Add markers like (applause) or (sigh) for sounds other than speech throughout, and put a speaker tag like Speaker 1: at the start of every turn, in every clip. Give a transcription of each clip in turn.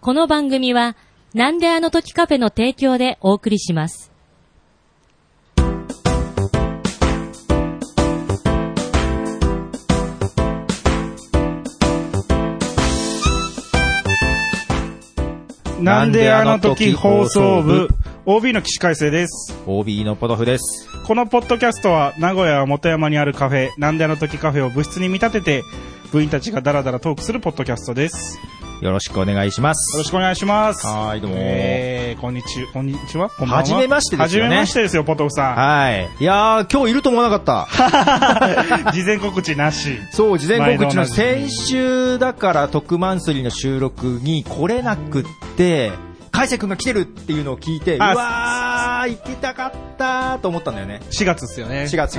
Speaker 1: この番組は、なんであの時カフェの提供でお送りします。
Speaker 2: なんであの時放送部 OB の起死回生です
Speaker 3: OB のポトフです。
Speaker 2: このポッドキャストは名古屋は元山にあるカフェなんであの時カフェを部室に見立てて部員たちがダラダラトークするポッドキャストです
Speaker 3: よろしくお願いします。
Speaker 2: よろしくお願いします
Speaker 3: はーいどうも
Speaker 2: えー、こんにちこんにちはこんばんは
Speaker 3: 初めましてですよね
Speaker 2: 初めましてですよポトフさ
Speaker 3: はい。いやー、今日いると思わなかっ
Speaker 2: ん (laughs)
Speaker 3: た。
Speaker 2: 事前告知なし
Speaker 3: そう、事前告
Speaker 2: 毎
Speaker 3: 知の
Speaker 2: 度おなじみ
Speaker 3: 先週だから特マンスリーの収録に来れなくって、海瀬くんが来てるっていうのを聞いて、う
Speaker 2: あ
Speaker 3: わー、行きたかったーと思ったんだよね。
Speaker 2: 4月ですよね
Speaker 3: 4月、4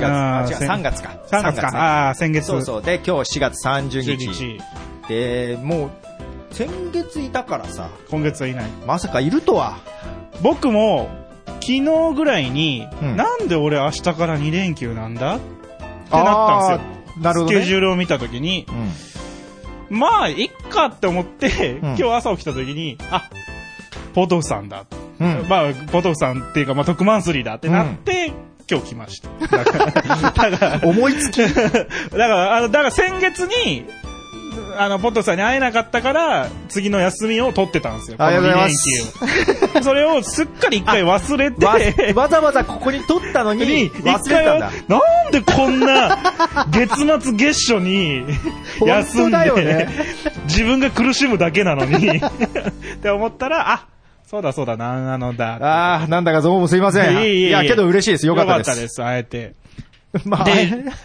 Speaker 3: 月。あ違う、3月か。
Speaker 2: 3月か
Speaker 3: ね
Speaker 2: あー先月
Speaker 3: そうそう。で、今日4月30
Speaker 2: 10
Speaker 3: 日。
Speaker 2: 日
Speaker 3: で、もう、先月いたからさ、
Speaker 2: 今月はいない
Speaker 3: まさかいるとは。
Speaker 2: 僕も昨日ぐらいに、
Speaker 3: うん
Speaker 2: なんで俺明日から2連休なんだってなったんですよ
Speaker 3: すよ。なるほど、ね。
Speaker 2: スケジュールを見たときに、
Speaker 3: うん。
Speaker 2: まあ、いっかって思って、
Speaker 3: ん
Speaker 2: 今日朝起きたときに、あ、ポトフさんだ。
Speaker 3: うん。
Speaker 2: まあ、ポトフさんっていうか、まあ、特マンスリーだってなって、今日来ました。だから、だ (laughs) から、
Speaker 3: 思いつき。
Speaker 2: だからあのだから先月に、あの、ポトフさんに会えなかったから、次の休みを取ってたんですよ。
Speaker 3: ありがとうございま
Speaker 2: この二連休それをすっかり一回忘れ
Speaker 3: わ
Speaker 2: て、
Speaker 3: わざわざここに撮ったのに (laughs)
Speaker 2: に、
Speaker 3: 忘れ
Speaker 2: 一
Speaker 3: て
Speaker 2: 回
Speaker 3: たんだ
Speaker 2: は。、なんでこんな、月末月初
Speaker 3: (laughs)
Speaker 2: に
Speaker 3: 当
Speaker 2: 休ん
Speaker 3: だ
Speaker 2: で、
Speaker 3: よね
Speaker 2: 自分が苦しむだけなの
Speaker 3: (laughs)
Speaker 2: に、って思ったら、あ、そうだそうだ、なんなのだ。
Speaker 3: ああ、なんだかどうもすいません。
Speaker 2: いえいえいえ
Speaker 3: や、けど嬉しいです。よかったです。
Speaker 2: あえて。
Speaker 3: まあ、
Speaker 2: で、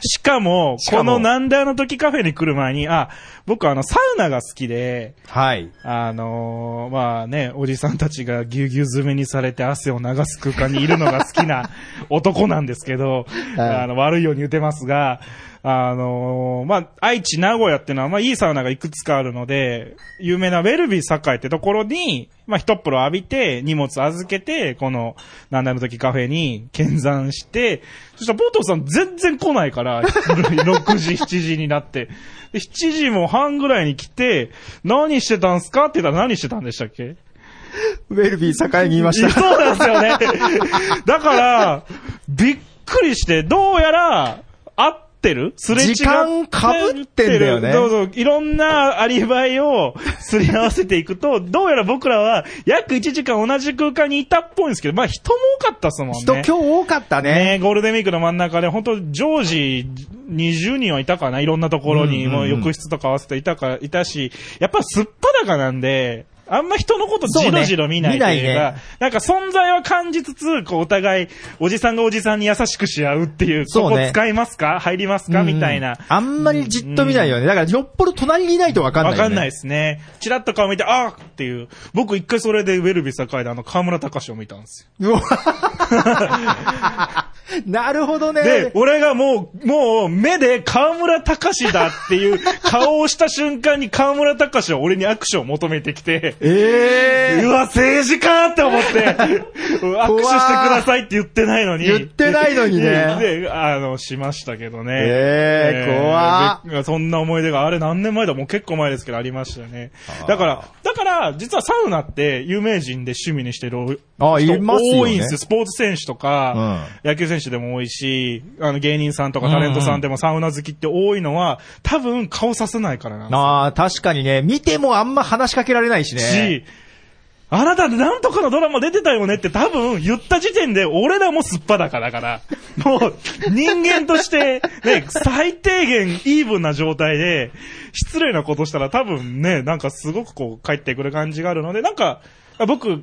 Speaker 2: しかも、
Speaker 3: しか
Speaker 2: こ
Speaker 3: も
Speaker 2: のなんであの時カフェに来る前に、あ、僕あの、サウナが好きで、
Speaker 3: はい。
Speaker 2: あのーまあね、おじさんたちがぎゅうぎゅう詰めにされて汗を流す空間にいるのが好きな男なんですけ
Speaker 3: (laughs)
Speaker 2: ど、
Speaker 3: はい
Speaker 2: あの、悪いように言ってますが、あのーまあ、愛知、名古屋っていうのは、まあ、いいサウナがいくつかあるので、有名なウェルビー栄ってところに、まあ、一っ風呂浴びて、荷物預けて、この、なんだの時カフェに、見山して、そしたら、ボートさん全然来ないから、6時、7時になって。で、7時も半ぐらいに来て、何してたんすかって言ったら何してたんでしたっけ
Speaker 3: ウェルビー栄にいま
Speaker 2: (laughs)
Speaker 3: し
Speaker 2: そ
Speaker 3: た。
Speaker 2: うなんですよね。だから、びっくりして、どうやら、合ってるすれ違ってる
Speaker 3: 時間被ってんだよね
Speaker 2: そうそう。いろんなアリバイをすり合わせていくと、どうやら僕らは約1時間同じ空間にいたっぽいんですけど、まあ人も多かったっすもんね。
Speaker 3: 人今日多かったね。
Speaker 2: ね、ゴールデンウィークの真ん中で、本当常時20人はいたかな、いろんなところに、
Speaker 3: うんうんうん
Speaker 2: もう浴室とか合わせていたか、いたし、やっぱすっぱだかなんで、あんま人のことじろじろ見ないというか、なんか存在は感じつつ、こうお互い、おじさんがおじさんに優しくし合うっていう、
Speaker 3: そ
Speaker 2: そう
Speaker 3: ね
Speaker 2: こ使いますか入りますかみたい
Speaker 3: うん
Speaker 2: な。
Speaker 3: あんまりじっと見ないよね。だから、よっぽど隣にいないとわかんない、
Speaker 2: わ
Speaker 3: ね。
Speaker 2: かんないですね。チラッと顔見て、あーっていう。僕一回それでウェルビー栄であの、河村隆史を見たんですよ。
Speaker 3: うわ (laughs) なるほどね。
Speaker 2: で、俺がもう、もう目で河村隆史だっていう顔をした瞬間に河村隆史は俺に握手を求めてきて、
Speaker 3: ええ
Speaker 2: うわ、政治家って思 (laughs) って、握手してくださいって言ってないのに。
Speaker 3: 言ってないのにね
Speaker 2: (laughs) で、あの、しましたけどね。
Speaker 3: えー怖
Speaker 2: でそんな思い出が、あれ何年前だもう結構前ですけどありましたよね
Speaker 3: あー。
Speaker 2: だから、だから、実はサウナって有名人で趣味にしてる
Speaker 3: あ、
Speaker 2: 人
Speaker 3: いますよね。
Speaker 2: 多いんですよ。スポーツ選手とか、野球選手でも多いし、あの芸人さんとかタレントさんでもサウナ好きって多いのは、多分顔させないからなんで
Speaker 3: ああ、確かにね、見てもあんま話しかけられないし
Speaker 2: すよ
Speaker 3: ね。
Speaker 2: し、あなたなんとかのドラマ出てたよねって多分言った時点で俺らもすっぱだからだから、もう人間として、ね、最低限イーブンな状態で、失礼なことしたら多分ね、なんかすごくこう帰ってくる感じがあるので、なんか、あ僕、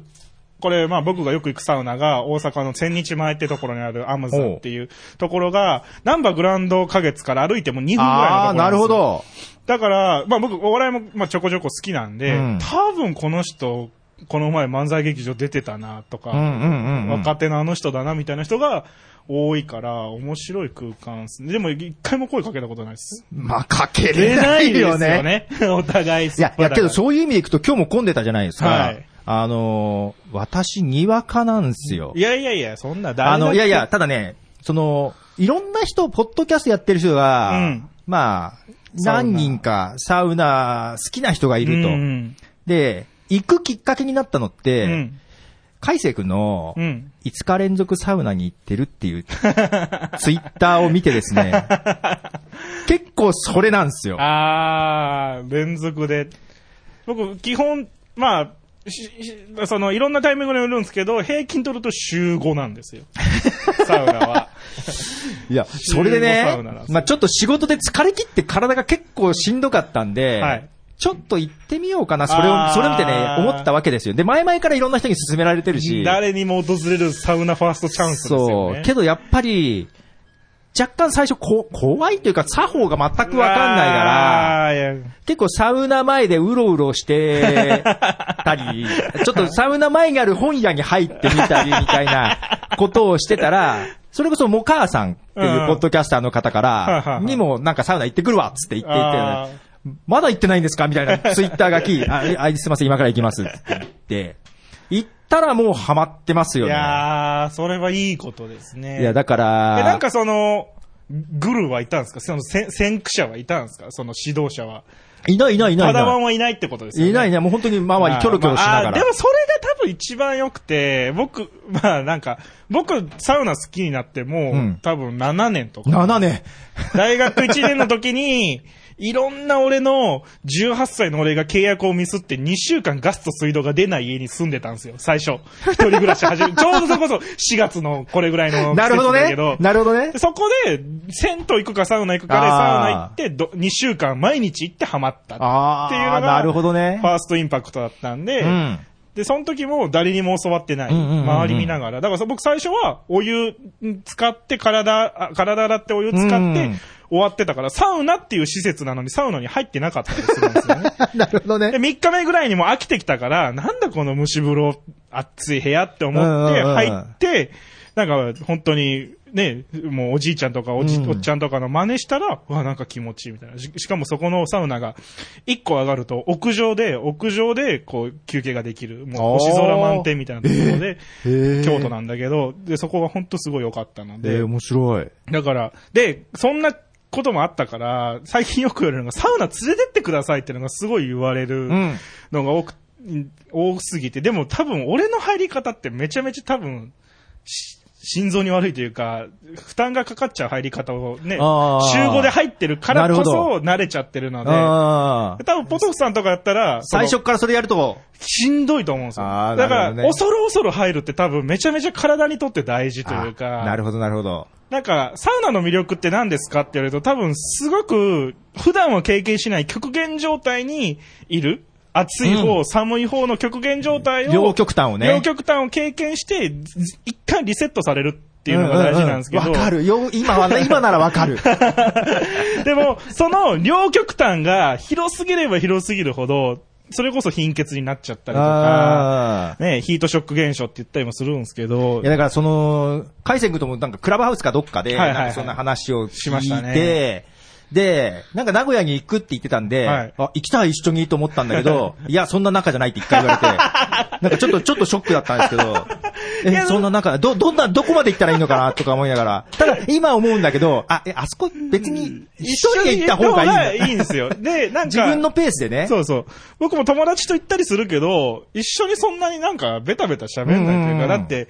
Speaker 2: これ、まあ僕がよく行くサウナが大阪の千日前ってところにあるアムザっていうところが、ナンバーグランド花月から歩いても2分ぐらいのところ
Speaker 3: ああ、
Speaker 2: んですよ
Speaker 3: なるほど。
Speaker 2: だから、まあ僕、お笑いも、まあ、ちょこちょこ好きなんで、
Speaker 3: うん
Speaker 2: 多分この人、この前漫才劇場出てたなと
Speaker 3: うんう
Speaker 2: か、
Speaker 3: んうんうん。
Speaker 2: 若手のあの人だなみたいな人が多いから、面白い空間ですね。でも一回も声かけたことないです。
Speaker 3: まあ、かけれない
Speaker 2: です
Speaker 3: よ
Speaker 2: よ
Speaker 3: ね。
Speaker 2: ね。 (laughs) お互い
Speaker 3: い
Speaker 2: すっ
Speaker 3: や、い
Speaker 2: ぱ
Speaker 3: や、
Speaker 2: だから
Speaker 3: けどそういう意味でいくと今日も混んでたじゃないですか。
Speaker 2: はい
Speaker 3: あのー、私、にわかなんすよ
Speaker 2: い。やいやいや、そんな誰
Speaker 3: あ
Speaker 2: だっ
Speaker 3: の、
Speaker 2: て
Speaker 3: いやいや、、ただね、その、いろんな人、ポッドキャストやってる人が、
Speaker 2: うん
Speaker 3: まあ、
Speaker 2: サウナ
Speaker 3: 何人かサウナ好きな人がいると。
Speaker 2: うん
Speaker 3: で、行くきっかけになったのっ
Speaker 2: う
Speaker 3: て、
Speaker 2: ん。
Speaker 3: 海星くんの
Speaker 2: う、ん。
Speaker 3: 5日連続サウナに行ってるっていう、ツイッターを見てで
Speaker 2: (laughs)
Speaker 3: すね、結構それなんですよ。
Speaker 2: あー、連続で。僕、基本、まあ、ししその、いろんなタイミングによるんですけど、平均取ると週5なん
Speaker 3: (laughs)
Speaker 2: ですよ。サウナは。
Speaker 3: いや、それで
Speaker 2: 15サウナなん
Speaker 3: ね
Speaker 2: で、す
Speaker 3: まあちょっと仕事で疲れ切って体が結構しんどかったんで、
Speaker 2: はい
Speaker 3: ちょっと行ってみようかな、それ
Speaker 2: あー
Speaker 3: を、それを見てね、思ったわけですよ。で、前々からいろんな人に勧められてるし、
Speaker 2: 誰にも訪れるサウナファーストチャンスですよ
Speaker 3: そ
Speaker 2: ね。
Speaker 3: う、けどやっぱり、若干最初こ怖いというか、作法が全くわかんないから、
Speaker 2: あーいや
Speaker 3: 結構サウナ前でうろうろしてた
Speaker 2: (laughs)
Speaker 3: り、ちょっとサウナ前にある本屋に入ってみたりみたいなことをしてたら、それこそモカーさんっていうポッドキャスターの方か
Speaker 2: うんはいはいは
Speaker 3: ら、
Speaker 2: い
Speaker 3: にもなんかサウナ行ってくるわっつって言って
Speaker 2: あ
Speaker 3: いて、まだ行ってないんですかみたいなツイッター
Speaker 2: (laughs)
Speaker 3: が来、ああ、すいません、今から行きますって言って、行ったらもうハマってます
Speaker 2: ー
Speaker 3: よ
Speaker 2: い
Speaker 3: ね。
Speaker 2: やー、それはいいことですね。
Speaker 3: いや、だから、
Speaker 2: え、なんかその、グルーはいたんですかその先先駆者はいたんですかその指導者は。
Speaker 3: いないいないいない
Speaker 2: パ
Speaker 3: いな
Speaker 2: ダワ
Speaker 3: い。
Speaker 2: ンはいないってことですよね。
Speaker 3: いないいない、もう本当に周りキョロキョロしなが
Speaker 2: まあ
Speaker 3: ら。
Speaker 2: でもそれが多分一番良くて、僕、まあなんか、僕、サウナ好きになってもう、
Speaker 3: うん
Speaker 2: 多分7年とか。
Speaker 3: 7年。
Speaker 2: 大学1年の時に、いろんな俺の、18歳の俺が契約をミスって2週間ガスと水道が出ない家に住んでたんですよ、最初。一人暮らし
Speaker 3: (laughs)
Speaker 2: 始め、ちょうどそれこそ4月のこれぐらいの季
Speaker 3: なるほ
Speaker 2: 節
Speaker 3: ど
Speaker 2: だ
Speaker 3: ね
Speaker 2: けど。。
Speaker 3: なるほどね
Speaker 2: で。そこで、銭湯行くかサウナ行くかで、サ
Speaker 3: あ
Speaker 2: ウ
Speaker 3: ー
Speaker 2: ナ行ってど、2週間毎日行ってハマった
Speaker 3: あ
Speaker 2: っていうのが
Speaker 3: あ、なるほどね
Speaker 2: フ。ァーストインパクトだったんで、
Speaker 3: うん。
Speaker 2: で、その時も誰にも教わってない。
Speaker 3: うんうんうんうん
Speaker 2: 周り見ながら。だからそ僕最初はお湯使って体、あ体洗ってお湯使って
Speaker 3: うんうん
Speaker 2: 終わってたから、サウナっていう施設なのにサウナに入ってなかったりするんですよね。
Speaker 3: なるほど
Speaker 2: で、
Speaker 3: ね。
Speaker 2: 3日目ぐらいにも飽きてきたから、なんだこの蒸し風呂、暑い部屋って思って
Speaker 3: うんうんうん
Speaker 2: 入って、なんか本当に、ね、もうおじいちゃんとかおじ、
Speaker 3: うん
Speaker 2: おっちゃんとかの真似したら、うわ、なんか気持ちいいみたいな。ししかもそこのサウナが、1個上がると屋上で、屋上でこう休憩ができる、もう星空満点みたいなところで、京都
Speaker 3: な
Speaker 2: なんだけど、で、そこが本当すごい良かったので、
Speaker 3: えー、面白い。
Speaker 2: だから、で、そんなこともあったから、最近よく言われるのが、サウナ連れてってくださいっていうのがすごい言われる
Speaker 3: うん。
Speaker 2: のが多く、多すぎて、でも多分俺の入り方ってめちゃめちゃ多分、し心臓に悪いというか、負担がかかっちゃう入り方をね、週
Speaker 3: あー
Speaker 2: 5で入ってるからこ
Speaker 3: なる
Speaker 2: そ慣れちゃってるので、
Speaker 3: ああ。
Speaker 2: 多分ポトフさんとかだったら、その
Speaker 3: 最初からそれやると、
Speaker 2: しんどいと思うんですよ。
Speaker 3: あー
Speaker 2: だか
Speaker 3: なる
Speaker 2: ら、
Speaker 3: ほどね
Speaker 2: 恐る恐る入るって多分めちゃめちゃ体にとって大事というか、
Speaker 3: あなるほど、なるほど。
Speaker 2: なんか、サウナの魅力って何ですかって言われると、多分、すごく、普段は経験しない極限状態にいる。暑い方、寒い方の極限状態を、
Speaker 3: 両極端をね。
Speaker 2: 両極端を経験して、ず一回リセットされるっていうのが大事なんですけど、
Speaker 3: うううわかる。よ、今はね、今ならわかる。
Speaker 2: でも、その両極端が広すぎれば広すぎるほど、それこそ貧血になっちゃったりとか、
Speaker 3: ああ。
Speaker 2: ね、ヒートショック現象って言ったりもするんですけど
Speaker 3: いや、、だからその、海鮮君ともなんかクラブハウスかどっかで、
Speaker 2: はいはいはい
Speaker 3: なんかそんな話を聞
Speaker 2: しました
Speaker 3: い
Speaker 2: ね
Speaker 3: て、で、なんか名古屋に行くって言ってたんで、
Speaker 2: はい
Speaker 3: あ、行きたい一緒にと思ったんだけ
Speaker 2: (laughs)
Speaker 3: ど、いや、そんな仲じゃないって一回言われて、なんかちょっと、ちょっとショックだったんですけど、
Speaker 2: (laughs) い
Speaker 3: え、
Speaker 2: や
Speaker 3: そんな仲、ど、どんな、どこまで行ったらいいのかなとか思いながら、ただ今思うんだけど、あ、え、あそこ別に一人で行った方がいいんだ。
Speaker 2: 一緒に行った方がいいんですよ。で、なんか、
Speaker 3: 自分のペースでね。
Speaker 2: そうそう。僕も友達と行ったりするけど、一緒にそんなになんかベタベタ喋んないという
Speaker 3: う
Speaker 2: か、
Speaker 3: ん
Speaker 2: だって、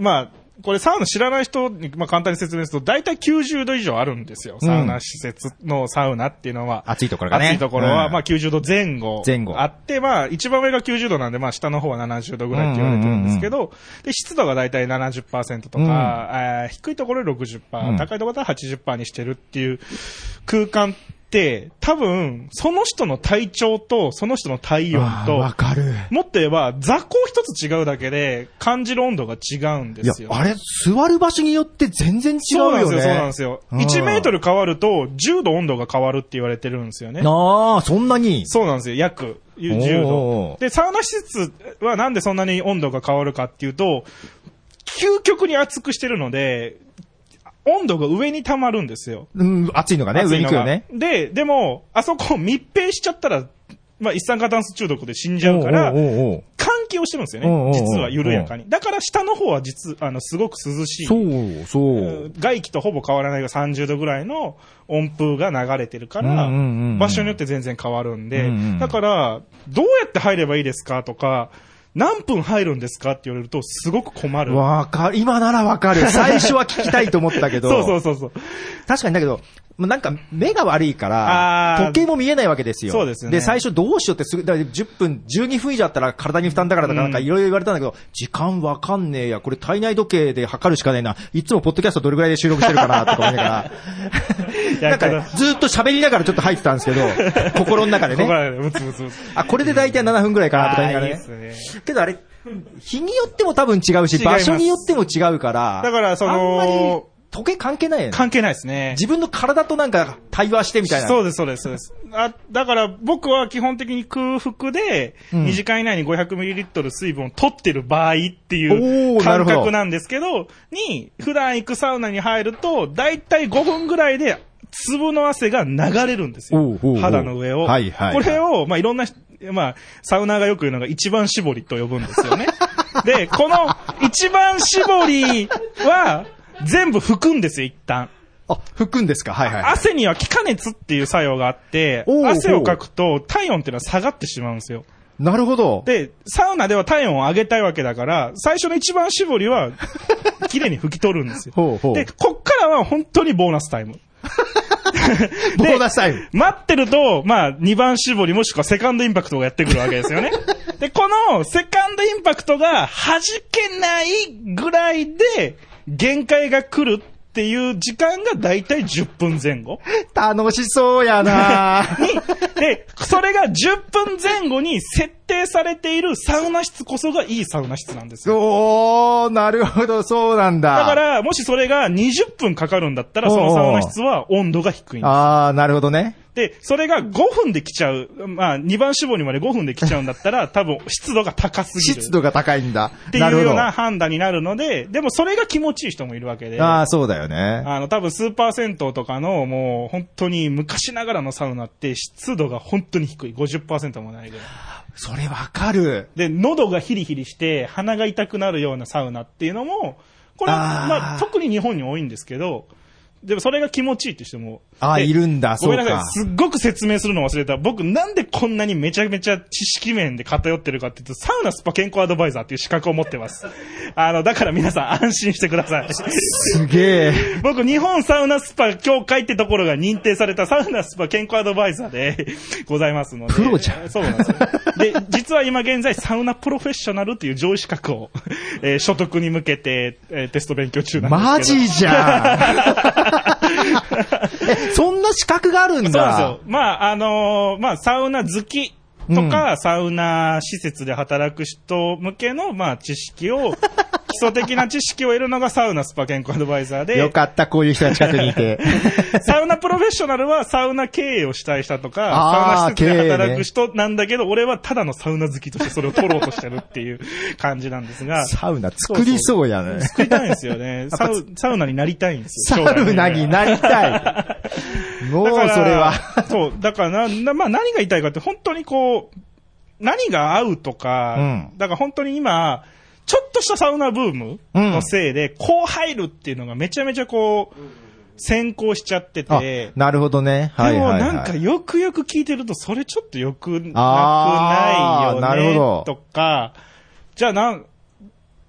Speaker 2: まあ、これサウナ知らない人に、まあ簡単に説明すると、大体90度以上あるんですよ。サウナ施設のサウナっていうのは。
Speaker 3: 暑いところがね。
Speaker 2: 暑いところは、
Speaker 3: うん
Speaker 2: まあ90度前後。
Speaker 3: 前後
Speaker 2: あって、まあ一番上が90度なんで、まあ下の方は70度ぐらいって言われてるんですけど、で、湿度が大体70%と
Speaker 3: うん
Speaker 2: か、えー低いところで60%、
Speaker 3: うん
Speaker 2: 高いところでは80%にしてるっていう空間って、多分、その人の体調と、その人の体温
Speaker 3: あー
Speaker 2: と
Speaker 3: わ、かる。
Speaker 2: もっと言えば、座高一つ違うだけで、感じる温度が違うんで
Speaker 3: いや
Speaker 2: す、よ。
Speaker 3: あれ、座る場所によって全然違う
Speaker 2: そうなん
Speaker 3: よ
Speaker 2: ですよ、
Speaker 3: ね。
Speaker 2: そうなんですよ。
Speaker 3: うん
Speaker 2: 1メートル変わると、10度温度が変わるって言われてるんですよね。
Speaker 3: な (laughs) あ、そんなに。
Speaker 2: そうなんですよ、約10度
Speaker 3: おー。
Speaker 2: で、サウナ施設はなんでそんなに温度が変わるかっていうと、究極に熱くしてるので、温度が上に溜まるんですよ。
Speaker 3: うん、暑いのがね、
Speaker 2: 熱
Speaker 3: 上
Speaker 2: い
Speaker 3: に行
Speaker 2: のが
Speaker 3: くよね。
Speaker 2: で、でも、あそこ密閉しちゃったら、まあ、一酸化炭素中毒で死んじゃうから
Speaker 3: おう、おうおう
Speaker 2: 換気をしてるんですよ
Speaker 3: うんうんう
Speaker 2: ね。
Speaker 3: ん
Speaker 2: 実は緩やかに。だから下の方は実、あの、すごく涼しい。
Speaker 3: そう、そう。
Speaker 2: 外気とほぼ変わらないが30度ぐらいの温風が流れてるから
Speaker 3: うんうんうんうん、
Speaker 2: 場所によって全然変わるんで
Speaker 3: うんうん、
Speaker 2: だから、どうやって入ればいいですかとか、何分入るんですかって言われると、すごく困る。
Speaker 3: わかる、今ならわか
Speaker 2: (laughs)
Speaker 3: る。最初は聞きたいと思ったけど。
Speaker 2: そうそうそうそう。
Speaker 3: 確かにだけど、もうなんか目が悪いか
Speaker 2: あ
Speaker 3: ら
Speaker 2: ー、
Speaker 3: 時計も見えないわけですよ。
Speaker 2: そうですよね
Speaker 3: で、最初どうしようってすぐ、だから10分、12分以上あったら体に負担だからとか、
Speaker 2: うん
Speaker 3: なんかいろいろ言われたんだけど、時間わかんねえや、これ体内時計で測るしかねえな、いつもポッドキャストどれぐらいで収録してるかな、とか思いな
Speaker 2: (laughs)
Speaker 3: がら。
Speaker 2: や
Speaker 3: なんか
Speaker 2: こ
Speaker 3: ね
Speaker 2: れ
Speaker 3: ずっと喋りながらちょっと入ってたんですけ
Speaker 2: (laughs)
Speaker 3: ど、心の中で
Speaker 2: ここ
Speaker 3: ね。
Speaker 2: らで、むつむつむつ。
Speaker 3: あ、これで大体7分ぐらいかな、とか
Speaker 2: あ
Speaker 3: 言
Speaker 2: ー
Speaker 3: いな
Speaker 2: い
Speaker 3: いが
Speaker 2: っ
Speaker 3: ら
Speaker 2: す
Speaker 3: ね。
Speaker 2: ね。
Speaker 3: けどあれ、日によっても多分違うし、
Speaker 2: 違いま
Speaker 3: 場
Speaker 2: す
Speaker 3: 所によっても違うから、
Speaker 2: だからその
Speaker 3: あんまり時計関係ないよね。
Speaker 2: 関係ないですね。
Speaker 3: 自分の体となんか対話してみたいな。
Speaker 2: そうです、そうです、そうです。あ、だから僕は基本的に空腹で、
Speaker 3: うん
Speaker 2: 2時間以内に 500ml 水分を取ってる場合ってい
Speaker 3: お
Speaker 2: う
Speaker 3: ーな
Speaker 2: 感
Speaker 3: るほど
Speaker 2: 覚なんですけど、に、普段行くサウナに入ると、だいたい5分ぐらいで、粒の汗が流れるんです
Speaker 3: お
Speaker 2: よ
Speaker 3: うおうおう。
Speaker 2: 肌の上を。
Speaker 3: はいはい
Speaker 2: これを、まあ、いろんな、まあ、サウナーがよく言うのが一番絞りと呼ぶんですよ
Speaker 3: (laughs)
Speaker 2: ね。で、この一番絞りは、全部拭くんですよ、一旦。
Speaker 3: あ、吹くんですかはいはい。
Speaker 2: 汗には気化熱っていう作用があって
Speaker 3: おうお、う
Speaker 2: 汗をかくと体温っていうのは下がってしまうんですよ。
Speaker 3: なるほど。
Speaker 2: で、サウナでは体温を上げたいわけだから、最初の一番絞り
Speaker 3: (laughs)
Speaker 2: は、綺麗に拭き取るんですよ。
Speaker 3: ほうほう
Speaker 2: で、こっからは本当にボーナス
Speaker 3: (laughs)
Speaker 2: タイム。
Speaker 3: ボーナスタイム。
Speaker 2: 待ってると、まあ、2番絞りもしくはセカンドインパクトがやってくるわけですよ
Speaker 3: (laughs)
Speaker 2: ね。で、このセカンドインパクトが弾けないぐらいで、限界が来るっていう時間がだいたい10分前後。
Speaker 3: 楽しそうやな
Speaker 2: (laughs) で、それが10分前後に設定されているサウナ室こそがいいサウナ室なんですよ。
Speaker 3: (laughs) おー、なるほど、そうなんだ。
Speaker 2: だか、ら、もしそれが20分かかるんだったら、
Speaker 3: おう
Speaker 2: そ
Speaker 3: おう
Speaker 2: のサウナ室は温度が低いんです。
Speaker 3: あー、なるほどね。
Speaker 2: で、それが5分で来ちゃう、まあ、2番絞りまで5分で来ちゃうんだった
Speaker 3: (laughs)
Speaker 2: ら、多分湿度が高すぎる。
Speaker 3: 湿度が高いんだ。
Speaker 2: ってい
Speaker 3: な
Speaker 2: う
Speaker 3: るほ
Speaker 2: よう
Speaker 3: ど。
Speaker 2: な
Speaker 3: あ
Speaker 2: 判断になるので、でもそれが気持ちいい人もいるわけで。
Speaker 3: ー、そうだよね。
Speaker 2: あの、多分スーパー銭湯とかの、もう、本当に昔ながらのサウナって湿度が本当に低い。50%もないぐらい。
Speaker 3: それわかる。
Speaker 2: で、喉がヒリヒリして、鼻が痛くなるようなサウナっていうのも、これ、
Speaker 3: あー
Speaker 2: まあ、特に日本に多いんですけど、でもそれが気持ちいいって人も。
Speaker 3: あー、
Speaker 2: で
Speaker 3: いるん
Speaker 2: ご
Speaker 3: だ、そ
Speaker 2: め
Speaker 3: うん
Speaker 2: なさい
Speaker 3: か。。
Speaker 2: すっごく説明するの忘れた。僕なんでこんなにめちゃめちゃ知識面で偏ってるかっていうと、サウナスパ健康アドバイザーっていう資格を持ってます。あの、だから皆さん安心してくだ
Speaker 3: (laughs)
Speaker 2: さい。
Speaker 3: すげえ。
Speaker 2: (laughs) 僕、日本サウナスパ協会ってところが認定された (laughs) サウナスパ健康アドバイザーで (laughs) ございますので。
Speaker 3: プロじゃん
Speaker 2: そうなんですよ。で、実は今現在、サウナプロフェッショナルっていう上位資格を、 (laughs) えー所得に向けて、えーテスト勉強中なんですけど。
Speaker 3: マジじゃん。 (laughs) え、そんな資格がある
Speaker 2: そ
Speaker 3: んだ。
Speaker 2: うなんですよ。まあ、あのーまあ、サウナ好きとか、サウナ施設で働く人向けの、まあ、知識を、基礎的な知識を得るのがサウナスパ健康アドバイザーで。
Speaker 3: よかった、こういう人が近くに
Speaker 2: (laughs)
Speaker 3: いて。
Speaker 2: サウナプロフェッショナルはサウナ経営をしたい人とか、
Speaker 3: あー
Speaker 2: サウナ施設で働
Speaker 3: 経営ね
Speaker 2: く人なんだけど、俺はただのサウナ好きとしてそれを取ろうとしてるっていう感じなんですが、
Speaker 3: サウナ作りそうやね。
Speaker 2: 作りたいんですよ
Speaker 3: (laughs)
Speaker 2: ね。サウサウナになりたいんです
Speaker 3: サ
Speaker 2: よ。
Speaker 3: ウナに
Speaker 2: り
Speaker 3: なりた
Speaker 2: (laughs)
Speaker 3: い。もうそれは。。
Speaker 2: そう、だからな、な (laughs) まあ何が言いたいかって、本当にこう、何が合うとか、
Speaker 3: う
Speaker 2: だから本当に今、ちょっとしたサウナブームのせいで、こう入るっていうのがめちゃめちゃこう、先行しちゃって
Speaker 3: あ
Speaker 2: て、
Speaker 3: なるほどね。はい
Speaker 2: でも
Speaker 3: はい、はい。
Speaker 2: なんかよくよく聞いてると、それちょっとよくなく
Speaker 3: あー
Speaker 2: な
Speaker 3: ない
Speaker 2: よ
Speaker 3: る
Speaker 2: ね
Speaker 3: ほど
Speaker 2: とか、じゃあなん、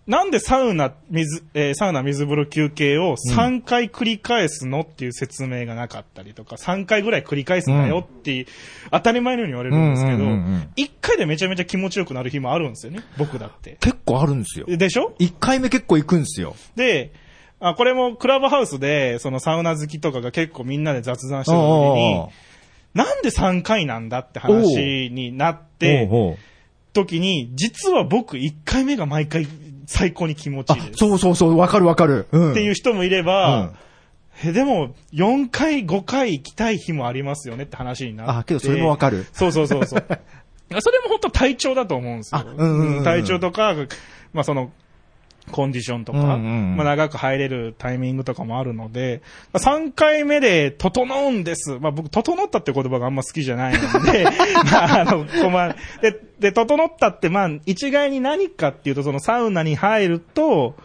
Speaker 2: なんでサウナ、水、えーサウナ水風呂休憩を3回繰り返すのっていう説明がなかったりとか、3回ぐらい繰り返すんだよって、当たり前のように言われるんですけど、
Speaker 3: う
Speaker 2: 一
Speaker 3: んうんうんうん
Speaker 2: 1回でめちゃめちゃ気持ちよくなる日もあるんですよね、僕だって。
Speaker 3: 結構あるんですよ。
Speaker 2: でしょ
Speaker 3: 一回目結構行くんですよ。
Speaker 2: で、あ、これもクラブハウスで、そのサウナ好きとかが結構みんなで雑談してる時に、なんで3回なんだって話になっ
Speaker 3: で、
Speaker 2: て、
Speaker 3: おう
Speaker 2: 時に、実は僕1回目が毎回最高に気持ち
Speaker 3: あ
Speaker 2: いい、です。
Speaker 3: そうそうそう、わかるわかる。うん。。
Speaker 2: っていうう人もいれ
Speaker 3: ん
Speaker 2: ば、、えでも4回、5回行きたい日もありますよねって話になって。
Speaker 3: あ、けどそれもわかる。
Speaker 2: そうそうそう
Speaker 3: (laughs)
Speaker 2: そう。それも本当体調だと思うんですよ。
Speaker 3: あうんうんうん
Speaker 2: 体調とか、まあその、コンディションとか、
Speaker 3: うんうんうん
Speaker 2: まあ、長く入れるタイミングとかもあるので、まあ、3回目で、整うんです。まあ、僕、整ったって言葉があんま好きじゃないの
Speaker 3: (laughs)
Speaker 2: で、まあ、あの、こまで、で、整ったって、まあ、一概に何かっていうと、そのサウナに入ると、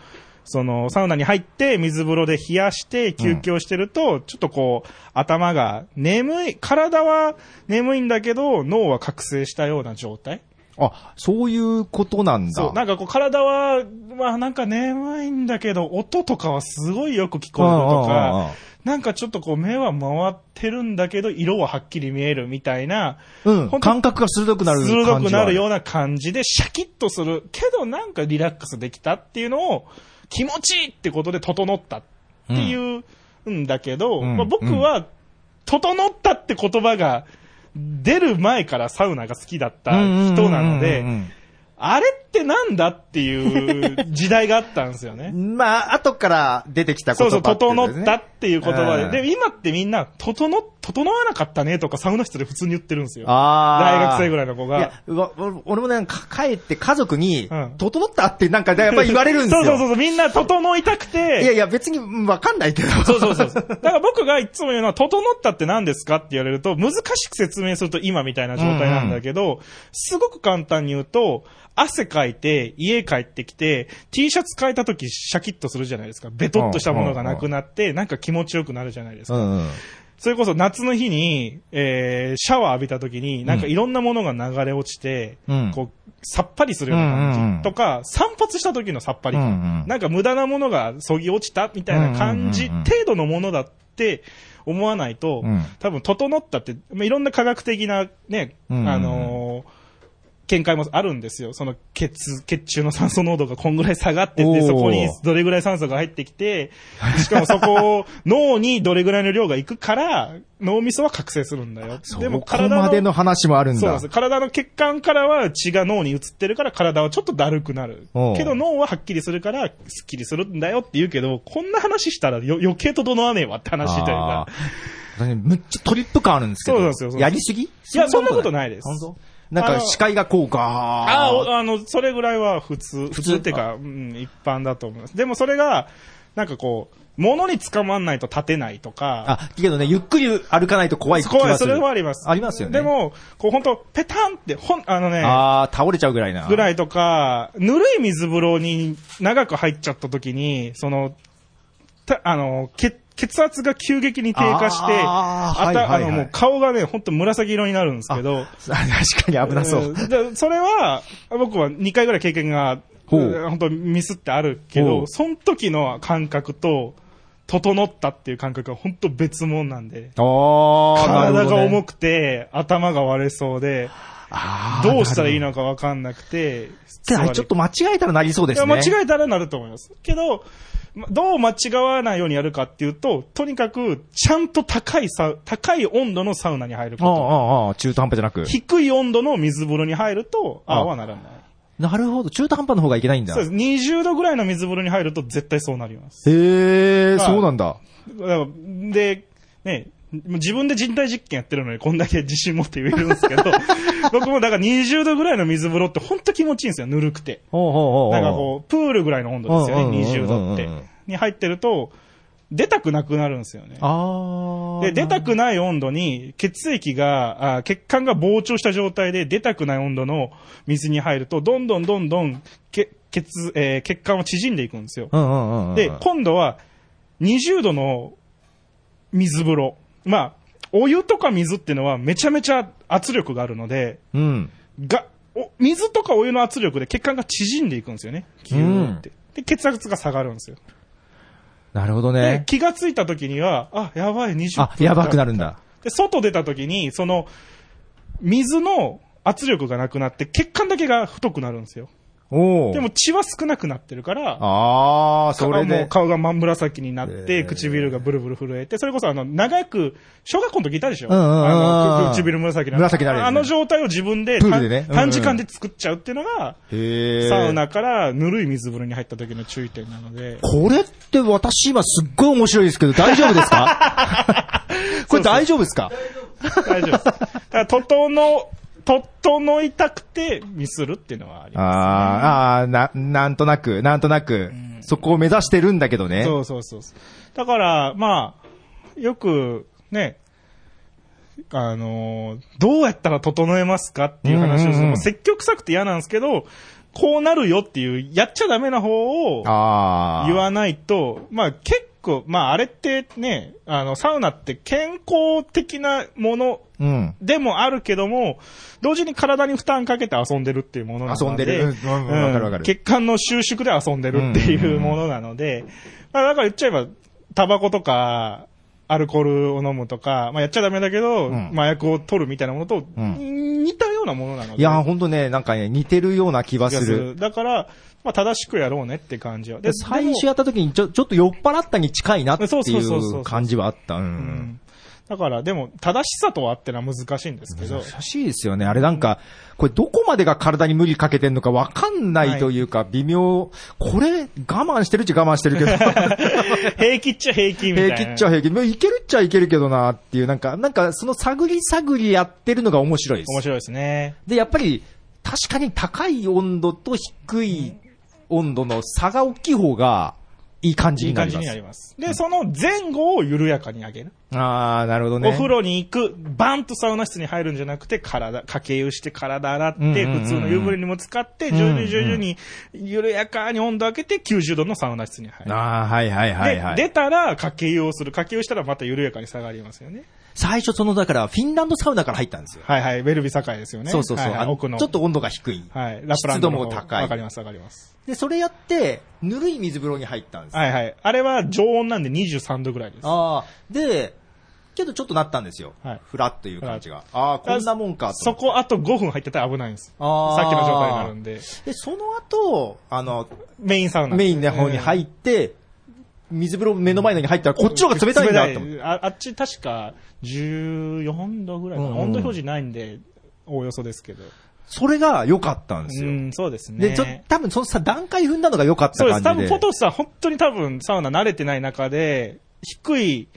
Speaker 2: その、サウナに入って、水風呂で冷やして、休憩をしてると、ちょっとこう、頭が眠い、体は眠いんだけど、脳は覚醒したような状態。
Speaker 3: あ、そういうことなんだ。
Speaker 2: そう、なんかこう体は、まあなんか眠いんだけど、音とかはすごいよく聞こえると
Speaker 3: うんうんうんうん
Speaker 2: か、なんかちょっとこう目は回ってるんだけど、色ははっきり見えるみたいな、
Speaker 3: うん、
Speaker 2: 本当
Speaker 3: 感覚が鋭くなる感じは
Speaker 2: 鋭
Speaker 3: あ
Speaker 2: くなるような感じで、シャキッとするけどなんかリラックスできたっていうのを、気持ちいいってことで整ったっていううんだけど、
Speaker 3: うん
Speaker 2: まあ、僕は、整ったって言葉が出る前からサウナが好きだった人なので、
Speaker 3: うんうんうん
Speaker 2: あれってなんだっていう時代があったんですよ
Speaker 3: (laughs) う
Speaker 2: ね。
Speaker 3: んまあ、後から出てきた
Speaker 2: そ
Speaker 3: 言
Speaker 2: うそ
Speaker 3: 葉
Speaker 2: う、
Speaker 3: っていうことです
Speaker 2: 整
Speaker 3: ね
Speaker 2: ったっていう言葉
Speaker 3: うん
Speaker 2: で。で、今ってみんな、整っ、整わなかったねとかサウナ室で普通に言ってるんですよ。
Speaker 3: あ
Speaker 2: 大
Speaker 3: あ。
Speaker 2: 学生ぐらいの子
Speaker 3: い
Speaker 2: が
Speaker 3: や。、うわ俺俺もね、か帰って家族に
Speaker 2: うん、
Speaker 3: 整ったってなんか、やっぱり言われる
Speaker 2: (laughs)
Speaker 3: んです
Speaker 2: そ
Speaker 3: よ。
Speaker 2: うそうそうそう、みんな整いたくて。
Speaker 3: いやいや、別にうんわかんないけど。
Speaker 2: そうそうそうそう。だから僕がいつも言うのは、整ったって何ですかって言われると、難しく説明すると今みたいな状態なんだけど、すごく簡単に言うと、汗かいて、家帰ってきて、T シャツ変えた時シャキッとするじゃないですか。ベトッとしたものがなくなって、なんか気持ちよくなるじゃないですか。
Speaker 3: んうん。
Speaker 2: それこそ夏の日に、えー、シャワー浴びた時に、なんかいろんなものが流れ落ちて、
Speaker 3: うん
Speaker 2: こう、さっぱりするような
Speaker 3: うんうんう
Speaker 2: 感
Speaker 3: ん
Speaker 2: じとか、散髪した時のさっぱり感。
Speaker 3: うんうん
Speaker 2: なんか無駄なものがそぎ落ちたみたいな感じ、
Speaker 3: うんうんうんうん
Speaker 2: 程度のものだって思わないと、
Speaker 3: うん
Speaker 2: 多分整ったって、まあ、いろんな科学的なね、
Speaker 3: うんうんうん
Speaker 2: あのー見解もあるんですよ。その血、血中の酸素濃度がこんぐらい下がって
Speaker 3: お
Speaker 2: て、
Speaker 3: ー
Speaker 2: そこにどれぐらい酸素が入ってきて、しかもそこを脳にどれぐらいの量がいくから、脳みそは覚醒するんだよ。
Speaker 3: そこまでの話もあるん
Speaker 2: そう
Speaker 3: だ。
Speaker 2: なんです。体の血管からは血が脳に移ってるから体はちょっとだるくなる
Speaker 3: おう。
Speaker 2: けど脳ははっきりするからスッキリするんだよって言うけど、こんな話したらよ余計整わねえわって話という
Speaker 3: あ
Speaker 2: か
Speaker 3: ー。私ねむっちゃトリップ感あるんですけど。
Speaker 2: そうなんですよそう
Speaker 3: やりすぎい
Speaker 2: いや、そんなことないです。
Speaker 3: 本当なんか視界がこうか
Speaker 2: ああお、あの、それぐらいは普通、普通っていうか、うん、一般だと思います。でもそれが、なんかこう、物に捕まんないと立てないとか、
Speaker 3: あ、けどね、ゆっくり歩かないと怖い気がする。
Speaker 2: 怖い、それはあります。
Speaker 3: ありますよね。
Speaker 2: でも、こう本当ペタンって、ほん、あのね、
Speaker 3: ああ、倒れちゃうぐらいな。
Speaker 2: ぐ
Speaker 3: い。
Speaker 2: らいとか、ぬるい水風呂に長く入っちゃった時に、その、たあの、血、血圧が急激に低下して、
Speaker 3: あー
Speaker 2: あた
Speaker 3: はいはいはい
Speaker 2: あの、もう顔がね、ほんと紫色になるんですけど、
Speaker 3: (laughs) 確かに危なそう。
Speaker 2: んでそれは、僕は2回ぐらい経験が、
Speaker 3: ほう
Speaker 2: 本当ミスってあるけ
Speaker 3: ほう
Speaker 2: ど、その時の感覚と、整ったっていう感覚は本当別物なんで。
Speaker 3: ああ、
Speaker 2: 体が重
Speaker 3: く、
Speaker 2: くて、頭が割れそうで、
Speaker 3: あー
Speaker 2: どうしたらいい
Speaker 3: なる
Speaker 2: のかわかんなくて、
Speaker 3: ほどってあれちょっと間違えたらなりそうで
Speaker 2: い
Speaker 3: す
Speaker 2: や、
Speaker 3: ね。
Speaker 2: 間違えたらなると思います。けど、まどう間違わないようにやるかっていうと、とにかく、ちゃんと高いサウ、高い温度のサウナに入る
Speaker 3: ああ、
Speaker 2: こ
Speaker 3: ああああ、中途半端じゃなく
Speaker 2: と。。低い温度の水風呂に入ると、
Speaker 3: あ
Speaker 2: ああはならない。
Speaker 3: なるほど、中途半端の方がいけないんだ。
Speaker 2: そうです。20度ぐらいの水風呂に入ると絶対そうなります。
Speaker 3: へえ、
Speaker 2: はい
Speaker 3: そうなんだ。
Speaker 2: だからで、ね、自分で人体実験やってるのにこんだけ自信持って言えるんです
Speaker 3: (laughs)
Speaker 2: けど、僕もだから20度ぐらいの水風呂ってほんと気持ちいいんですよ、ぬるくて。
Speaker 3: ほうほうほう
Speaker 2: なんかこう、プールぐらいの温度ですよね、
Speaker 3: うん
Speaker 2: 20
Speaker 3: うんうんうん
Speaker 2: 度って。に入ってると、出たくなくなるんですよね。
Speaker 3: ああ。
Speaker 2: で、出たくない温度に、血液が、あ血管が膨張した状態で出たくない温度の水に入ると、どんどんどんどん、け血、えー血管は縮んでいくんですよ。
Speaker 3: うんうんうんうん。
Speaker 2: で、今度は、20度の水風呂。まあ、お湯とか水っていうのはめちゃめちゃ圧力があるので、
Speaker 3: うん。
Speaker 2: が、お水とかお湯の圧力で血管が縮んでいくんですよね。ギューって。で、血圧が下がるんですよ。
Speaker 3: なるほど
Speaker 2: で、
Speaker 3: ね。
Speaker 2: 気がついた時には、あ、やばい、20分
Speaker 3: あ、やばくなるんだ。
Speaker 2: で、外出た時に、その、水の圧力がなくなって、血管だけが太くなるんですよ。
Speaker 3: おお。
Speaker 2: でも血は少なくなってるから、
Speaker 3: ああ、それ
Speaker 2: もう
Speaker 3: で。
Speaker 2: 顔が真紫になっ
Speaker 3: え
Speaker 2: て、
Speaker 3: ー
Speaker 2: 唇がブルブル震えて、それこそあの、長く、小学校の時いたでしょ
Speaker 3: うんうんうんうん
Speaker 2: あのく唇紫になる。
Speaker 3: 紫になるやつね
Speaker 2: あの状態を自分で
Speaker 3: プールでね
Speaker 2: た
Speaker 3: うんう
Speaker 2: 短
Speaker 3: ん
Speaker 2: 時間で作っちゃうっていうのが、
Speaker 3: へえ。
Speaker 2: サウナからぬるい水風呂に入った時の注意点なので。
Speaker 3: これって私今すっごい面白いですけど、大丈夫です (laughs) かこれ大丈夫ですか
Speaker 2: 大丈夫です。だから、整整いたくてミスるっていうのはありま
Speaker 3: あーあー、な、なんとなく、なんとなく、そこを目指してるんだけど
Speaker 2: す。
Speaker 3: ね。
Speaker 2: そうそうそうそう。だから、まあ、よく、ね、あのーどうやったら整えますかっていう話をする
Speaker 3: うんうんうん
Speaker 2: の。積極臭くて嫌なんですけど、こうなるよっていう、やっちゃダメな方を
Speaker 3: ああ。
Speaker 2: 言わないと、まあ結構、まああれってね、あの、サウナって健康的なもの
Speaker 3: うん。
Speaker 2: でもあるけども、同時に体に負担かけて遊んでるっていうものなので。
Speaker 3: 遊んでるうんうんわかるわかる
Speaker 2: 血管の収縮で遊んでるっていうものなので、まあだから言っちゃえば、タバコとか、アルコールを飲むとか、まあやっちゃダメだけど、
Speaker 3: うん
Speaker 2: 麻薬を取るみたいなものと、
Speaker 3: ん
Speaker 2: 似たようなものなので。
Speaker 3: いやー、ほんとね、なんかね、似てるような気はする。
Speaker 2: だから、まあ正しくやろうねって感じは。
Speaker 3: で
Speaker 2: で
Speaker 3: 最初やった時にちょ、ちょっと酔っ払ったに近いなって
Speaker 2: そうそうそう
Speaker 3: い
Speaker 2: そう
Speaker 3: う感じはあった。
Speaker 2: う
Speaker 3: う。
Speaker 2: んんだから、でも、正しさとはってのは難しいんです
Speaker 3: (laughs)
Speaker 2: けど
Speaker 3: 難、しいですよね。あれなんか、これどこまでが体に無理かけてんのかわかんないというか、微妙。これ、我慢してるっちゃ我慢し
Speaker 2: (laughs)
Speaker 3: てるけど、
Speaker 2: 平気っちゃ平気みたいな。
Speaker 3: 平気っちゃ平気。まあいけるっちゃいけるけどなっていう、なんか、なんかその探り探りやってるのが面白いです。
Speaker 2: 面白いですね。
Speaker 3: で、やっぱり、確かに高い温度と低い温度の差が大きい方が、いい感じ
Speaker 2: い
Speaker 3: に
Speaker 2: い
Speaker 3: な
Speaker 2: 感
Speaker 3: り
Speaker 2: じ
Speaker 3: ま
Speaker 2: に
Speaker 3: す。
Speaker 2: なります。で、その前後を緩やかに上げる。
Speaker 3: ああ、なるほどね。
Speaker 2: お風呂に行く、バンとサウナ室に入るんじゃなくて、体、掛け湯して体洗っ
Speaker 3: うんうん
Speaker 2: て、
Speaker 3: うんうん
Speaker 2: 普通の湯船にも使って、
Speaker 3: ん
Speaker 2: 徐々に徐々に緩やかに温度上げて、90度のサウナ室に入る。
Speaker 3: ああ、はいはいはい、はい。
Speaker 2: で、出たら掛け湯をする。掛け湯したらまた緩やかに下がりますよね。
Speaker 3: 最初その、だから、フィンランドサウナから入ったんですよ。
Speaker 2: はいはい、ウェルビ境ですよね。
Speaker 3: そうそうそう。
Speaker 2: はいはい
Speaker 3: あの
Speaker 2: 奥の。
Speaker 3: ちょっと温度が低い。
Speaker 2: はい、ラプランドの方
Speaker 3: 湿度も高い
Speaker 2: わかります、わかります。
Speaker 3: で、それやって、ぬるい水風呂に入ったんです。
Speaker 2: はいはい。あれは常温なんで23度ぐらいです。
Speaker 3: ああ、で、けどちょっとなったんですよ。
Speaker 2: はい
Speaker 3: フラッという感じが。ああ、こんなもんかと。
Speaker 2: そこあと5分入ってたら危ないんです。
Speaker 3: あー
Speaker 2: さっきの状態になるんで。
Speaker 3: で、その後、あの、
Speaker 2: メインサウナ。
Speaker 3: メインの方に入って、水風呂目の前のに入ったら、こっちの方が冷たいんだと思って。
Speaker 2: 冷たいああっち確か14度ぐらいかな、
Speaker 3: うんうん
Speaker 2: 温度表示ないんで、おおよそですけど。
Speaker 3: それが良かったんです
Speaker 2: う
Speaker 3: よ。
Speaker 2: ん、そうですね。
Speaker 3: で、ちょ、多分そのさ、段階踏んだのが良かった
Speaker 2: そうです。多
Speaker 3: 感じ
Speaker 2: 分、
Speaker 3: で。
Speaker 2: ポトフさん、本当に多分、サウナ慣れてない中で、低い、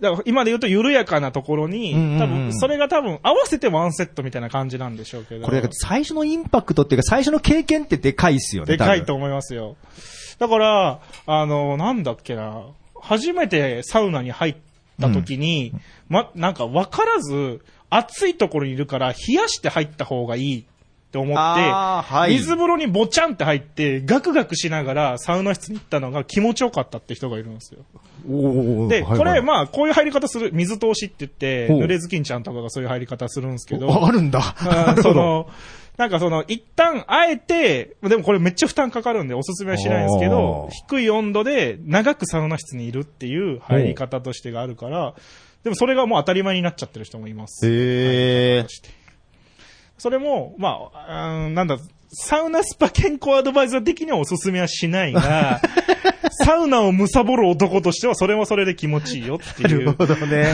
Speaker 2: だから今で言うと緩やかなところに、
Speaker 3: うんうんうん
Speaker 2: 多分、それが多分、合わせてワンセットみたいな感じなんでしょうけど。
Speaker 3: これ、最初のインパクトっていうか、最初の経験ってでかいっすよね、
Speaker 2: でかいと
Speaker 3: 多分。
Speaker 2: 思いますよ。だから、あの、なんだっけな、初めてサウナに入った時に、ま、なんか分からず、暑いところにいるから冷やして入った方がいいって思って、
Speaker 3: あーはい
Speaker 2: 水風呂にぼちゃんって入って、ガクガクしながらサウナ室に行ったのが気持ちよかったって人がいるんですよ。
Speaker 3: おー
Speaker 2: で、
Speaker 3: はい
Speaker 2: これ、
Speaker 3: はい
Speaker 2: まあ、こういう入り方する、水通しって言って、
Speaker 3: ほう
Speaker 2: 濡れずきんちゃんとかがそういう入り方するんですけど、
Speaker 3: ああるんだ。な
Speaker 2: あー
Speaker 3: る
Speaker 2: そ
Speaker 3: ほど。
Speaker 2: の、なんかその、一旦あえて、でもこれめっちゃ負担かかるんでおすすめはしないんですけど
Speaker 3: あー、
Speaker 2: 低い温度で長くサウナ室にいるっていう入り方としてがあるから、でもそれがもう当たり前になっちゃってる人もいます。
Speaker 3: へえ。
Speaker 2: それも、まあ、うーんなんだ、サウナスパ健康アドバイザー的にはおすすめはしない
Speaker 3: (laughs)
Speaker 2: が、サウナを貪る男としてはそれもそれで気持ちいいよって
Speaker 3: ないる
Speaker 2: う
Speaker 3: ほどね。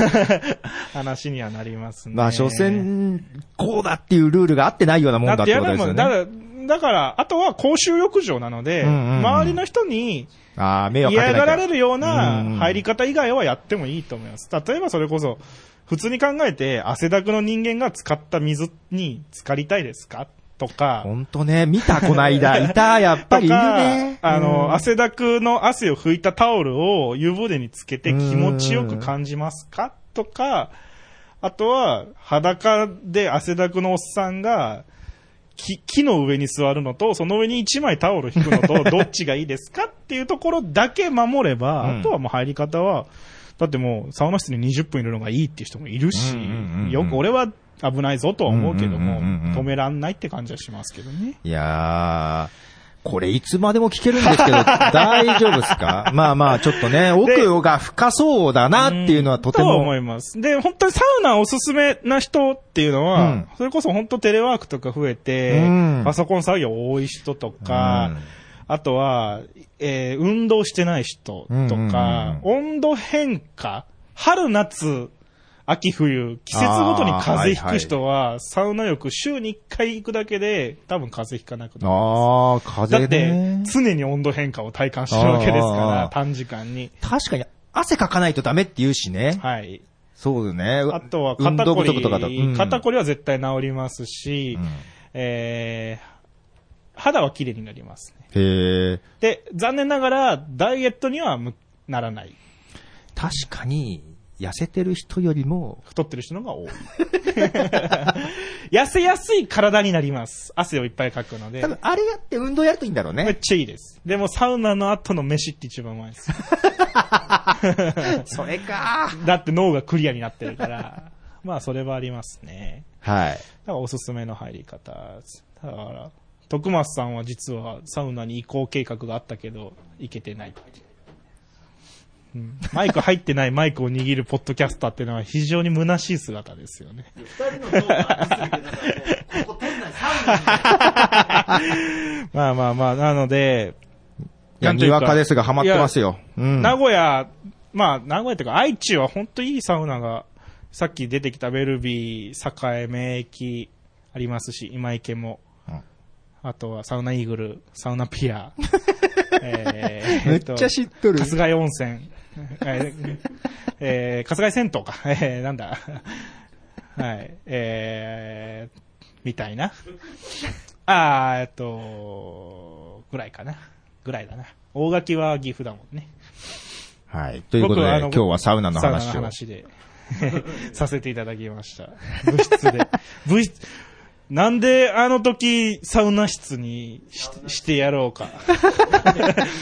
Speaker 2: 話にはなりますね。
Speaker 3: (laughs) まあ、所詮、こうだっていうルールが合ってないようなもんだ
Speaker 2: だ
Speaker 3: っ
Speaker 2: って
Speaker 3: て
Speaker 2: や
Speaker 3: こと
Speaker 2: る
Speaker 3: で
Speaker 2: も
Speaker 3: すよ
Speaker 2: ん、だ
Speaker 3: ね。
Speaker 2: から、だから、あとは公衆浴場なので、
Speaker 3: うんうんうん
Speaker 2: 周りの人に
Speaker 3: ああ、迷惑かけ
Speaker 2: 嫌
Speaker 3: ない
Speaker 2: が
Speaker 3: から
Speaker 2: れるよう
Speaker 3: うんうん
Speaker 2: な入り方以外はやってもいいと思います。例えばそれこそ、普通に考えて汗だくの人間が使った水に浸かりたいですかとか、
Speaker 3: ほんとね、見た、こな
Speaker 2: (laughs)
Speaker 3: いだ。いた、やっぱ
Speaker 2: と
Speaker 3: りいるね
Speaker 2: か。、あ
Speaker 3: うん
Speaker 2: の、汗だくの汗を拭いたタオルを湯船につけて気持ちよく感じますかとか、あとは、裸で汗だくのおっさんが、木木の上に座るのと、その上に1枚タオル引くの
Speaker 3: (laughs)
Speaker 2: と、どっちがいいですかっていうところだけ守れば、
Speaker 3: うん
Speaker 2: あとはもう入り方は、だってもうサウナ室に20分いるのがいいっていう人もいるし
Speaker 3: うんうんうんう、ん
Speaker 2: よく俺は危ないぞとは思うけども、
Speaker 3: うんうんうんうんうん
Speaker 2: 止めらんないって感じはしますけどね。
Speaker 3: いやー、これいつまでも聞けるんです
Speaker 2: (laughs)
Speaker 3: けど、大丈夫ですかまあまあ、ちょっとね、奥が深そうだなっていうのはとて
Speaker 2: とは
Speaker 3: も
Speaker 2: 思。います。で、本当にサウナおすすめな人っていうのは、
Speaker 3: うん
Speaker 2: それこそ本当テレワークとか増えて、
Speaker 3: うん
Speaker 2: パソコン作業多い人とか、あとは、えー運動してない人とか、
Speaker 3: うん
Speaker 2: 温度変化、春夏、秋冬、季節ごとに風邪ひく人は、サウナ浴週に1回行くだけで、多分風邪ひかなくなる。
Speaker 3: ああ、風
Speaker 2: だっ
Speaker 3: 邪
Speaker 2: て
Speaker 3: ね、。
Speaker 2: 常に温度変化を体感してるわけですか
Speaker 3: あ
Speaker 2: ら
Speaker 3: ー、
Speaker 2: 短時間に。
Speaker 3: 確かに、汗かかないとダメって言うしね。
Speaker 2: はい。
Speaker 3: そうですね。
Speaker 2: あとは
Speaker 3: 運
Speaker 2: 肩
Speaker 3: 動
Speaker 2: こ
Speaker 3: 不
Speaker 2: り、
Speaker 3: 足とかだと。うん
Speaker 2: 肩こりは絶対治りますし、
Speaker 3: うん
Speaker 2: えー、肌は綺麗になりますね。
Speaker 3: へえ。
Speaker 2: で、残念ながら、ダイエットにはむならない。
Speaker 3: 確かに、痩せてる人よりも、
Speaker 2: 太ってる人の方が多
Speaker 3: (laughs)
Speaker 2: い。痩せやすい体になります。汗をいっぱいかくので
Speaker 3: 多。分あれやって運動やるといいんだろう
Speaker 2: めっ
Speaker 3: ね。
Speaker 2: ちゃいいです。でもサウナの後の飯って一番うまいです。
Speaker 3: それか。
Speaker 2: だって脳がクリアになってるから。まあそれはありますね。
Speaker 3: はい。
Speaker 2: だからおすすめの入り方です。だから、徳松さんは実はサウナに移行計画があったけど、行けてないっていう。うん、マイク入ってないマイクを握るポッドキャスターっていうのは非常に虚しい姿ですよね。
Speaker 4: 二人の脳がありすぎて、だからもう、ここ店内サウナに
Speaker 2: (laughs) まあまあまあ、なので、
Speaker 3: いや、
Speaker 2: なんとい
Speaker 3: に
Speaker 2: うか
Speaker 3: わかですが、ハマってますよ。うん。
Speaker 2: 名古屋、まあ、名古屋というか、愛知は本当いいサウナが、さっき出てきたベルビー、栄、名駅ありますし、今池も、
Speaker 3: うん
Speaker 2: あとはサウナイーグル、サウナピ
Speaker 3: (laughs)
Speaker 2: ア、えー
Speaker 3: めっちゃ知っとる。
Speaker 2: 春日井温泉、えーえー春日井銭湯か、えーなんだ、はい、えー、みたいな。あー、えっと、ぐらいかな。ぐらいだな。大垣は岐阜だもんね。
Speaker 3: はい。ということで、
Speaker 2: 僕あの
Speaker 3: 今日はサウナの
Speaker 2: サウナ
Speaker 3: 話
Speaker 2: の
Speaker 3: を。
Speaker 2: 話で、 (laughs) させていただきま
Speaker 3: (laughs)
Speaker 2: した。部室で。部室、なんであの時、サウナ室にししてやろう
Speaker 3: (laughs)
Speaker 2: か。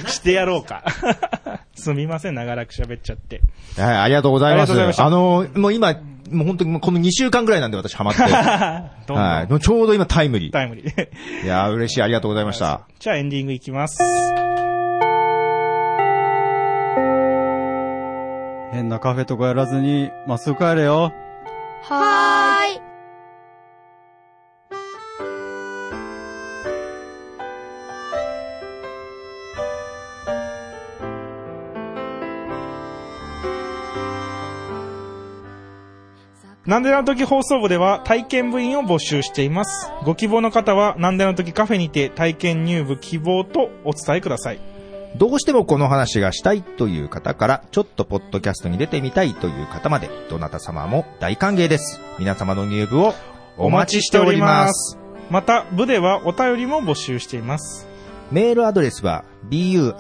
Speaker 2: してやろうか。 (laughs) すみません、長らく喋っちゃって。
Speaker 3: はい、ありがとうございます。
Speaker 2: ありがとうござ
Speaker 3: あの、もう今、もう本当にもうこの2週間ぐらいなんで私
Speaker 2: (laughs)
Speaker 3: ハマって。
Speaker 2: どんどん
Speaker 3: はい。もうちょうど今タイムリー。
Speaker 2: タイムリー。 (laughs)
Speaker 3: いやー、嬉しい。ありがとうございました。
Speaker 2: じゃあエンディングいきます。
Speaker 4: 変なカフェとかやらずに、まっすぐ帰れよ。
Speaker 5: はーい。
Speaker 2: なんであの時放送部では体験部員を募集しています。ご希望の方は、なんであの時カフェにて体験入部希望とお伝えください。
Speaker 3: どうしてもこの話がしたいという方から、ちょっとポッドキャストに出てみたいという方まで、どなた様も大歓迎です。皆様の入部をお待ちしております。
Speaker 2: また、部ではお便りも募集しています。
Speaker 3: メールアドレスは bu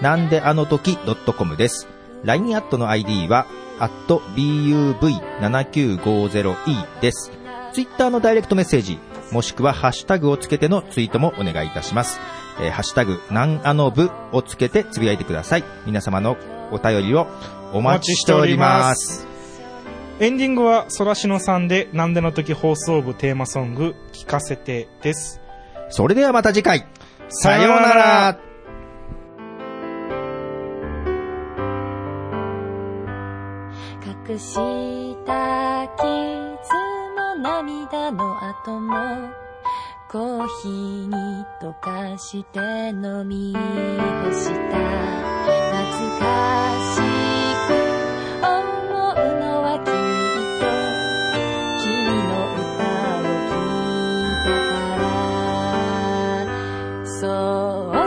Speaker 3: なんであの時 .com です。LINE アットの ID は、アット buv7950e です。ツイッターのダイレクトメッセージ、もしくはハッシュタグをつけてのツイートもお願いいたします。えーハッシュタグ、なんあの部をつけてつぶやいてください。皆様のお便りをお待ちしております。
Speaker 2: エンディングは、そらしのさんで、なんでの時放送部テーマソング、聞かせてです。
Speaker 3: それではまた次回。
Speaker 2: さ
Speaker 3: さ
Speaker 2: よ
Speaker 3: よ
Speaker 2: う
Speaker 3: う
Speaker 2: な
Speaker 3: な
Speaker 2: ら
Speaker 3: ら。
Speaker 5: 隠した傷も涙の後もコーヒーに溶かして飲み干した懐かしく思うのはきっと君の歌を聴いたからそう